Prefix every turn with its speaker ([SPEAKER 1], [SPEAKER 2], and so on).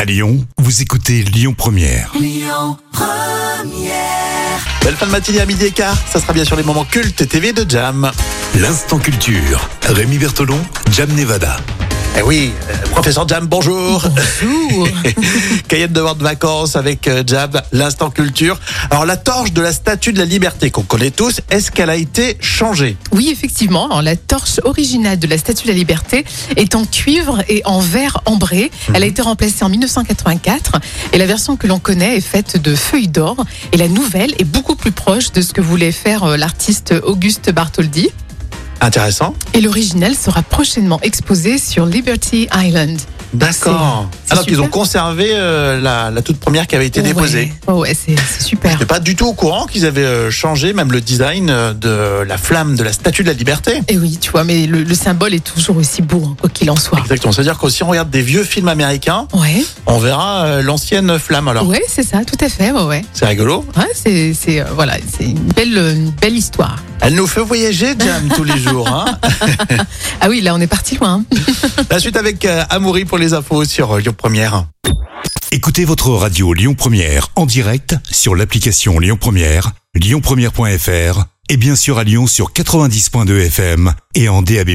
[SPEAKER 1] À Lyon, vous écoutez Lyon Première.
[SPEAKER 2] Belle fin de matinée à midi et quart. Ça sera bien sûr les moments cultes TV de Jam.
[SPEAKER 1] L'instant culture. Rémi Bertolon, Jam Nevada.
[SPEAKER 2] Eh oui, euh, professeur Jam, bonjour.
[SPEAKER 3] Ouh.
[SPEAKER 2] Cayenne de World Vacances avec euh, Jam, l'instant culture. Alors la torche de la statue de la liberté qu'on connaît tous, est-ce qu'elle a été changée
[SPEAKER 3] Oui, effectivement, alors, la torche originale de la Statue de la Liberté est en cuivre et en verre ambré. Elle a été remplacée en 1984 et la version que l'on connaît est faite de feuilles d'or et la nouvelle est beaucoup plus proche de ce que voulait faire euh, l'artiste Auguste Bartholdi.
[SPEAKER 2] Intéressant.
[SPEAKER 3] Et l'original sera prochainement exposé sur Liberty Island.
[SPEAKER 2] D'accord.
[SPEAKER 3] Bah, c'est
[SPEAKER 2] Alors qu'ils
[SPEAKER 3] super.
[SPEAKER 2] ont conservé euh, la, la toute première qui avait été
[SPEAKER 3] Oh,
[SPEAKER 2] déposée.
[SPEAKER 3] ouais. Oh, ouais, c'est c'est
[SPEAKER 2] Je
[SPEAKER 3] super.
[SPEAKER 2] n'étais pas du tout au courant qu'ils avaient euh, changé même le design euh, de la flamme de la statue de la liberté.
[SPEAKER 3] Et oui, tu vois, mais le, le symbole est toujours aussi beau, hein, quoi qu'il en soit.
[SPEAKER 2] Exactement. C'est-à-dire que si on regarde des vieux films américains,
[SPEAKER 3] Ouais,
[SPEAKER 2] on verra euh, l'ancienne flamme. Alors,
[SPEAKER 3] ouais, c'est ça, tout à fait, ouais, ouais.
[SPEAKER 2] c'est rigolo.
[SPEAKER 3] Ouais, c'est c'est, euh, voilà, c'est une belle euh, une belle histoire.
[SPEAKER 2] Elle nous fait voyager, Jam, tous les jours. hein.
[SPEAKER 3] Ah oui, là on est parti loin.
[SPEAKER 2] La suite avec euh, Amaury pour les infos sur euh, Lyon Première.
[SPEAKER 1] Écoutez votre radio Lyon Première en direct sur l'application Lyon Première, lyonpremière.fr et bien sûr à Lyon sur 90.2 FM et en DAB+.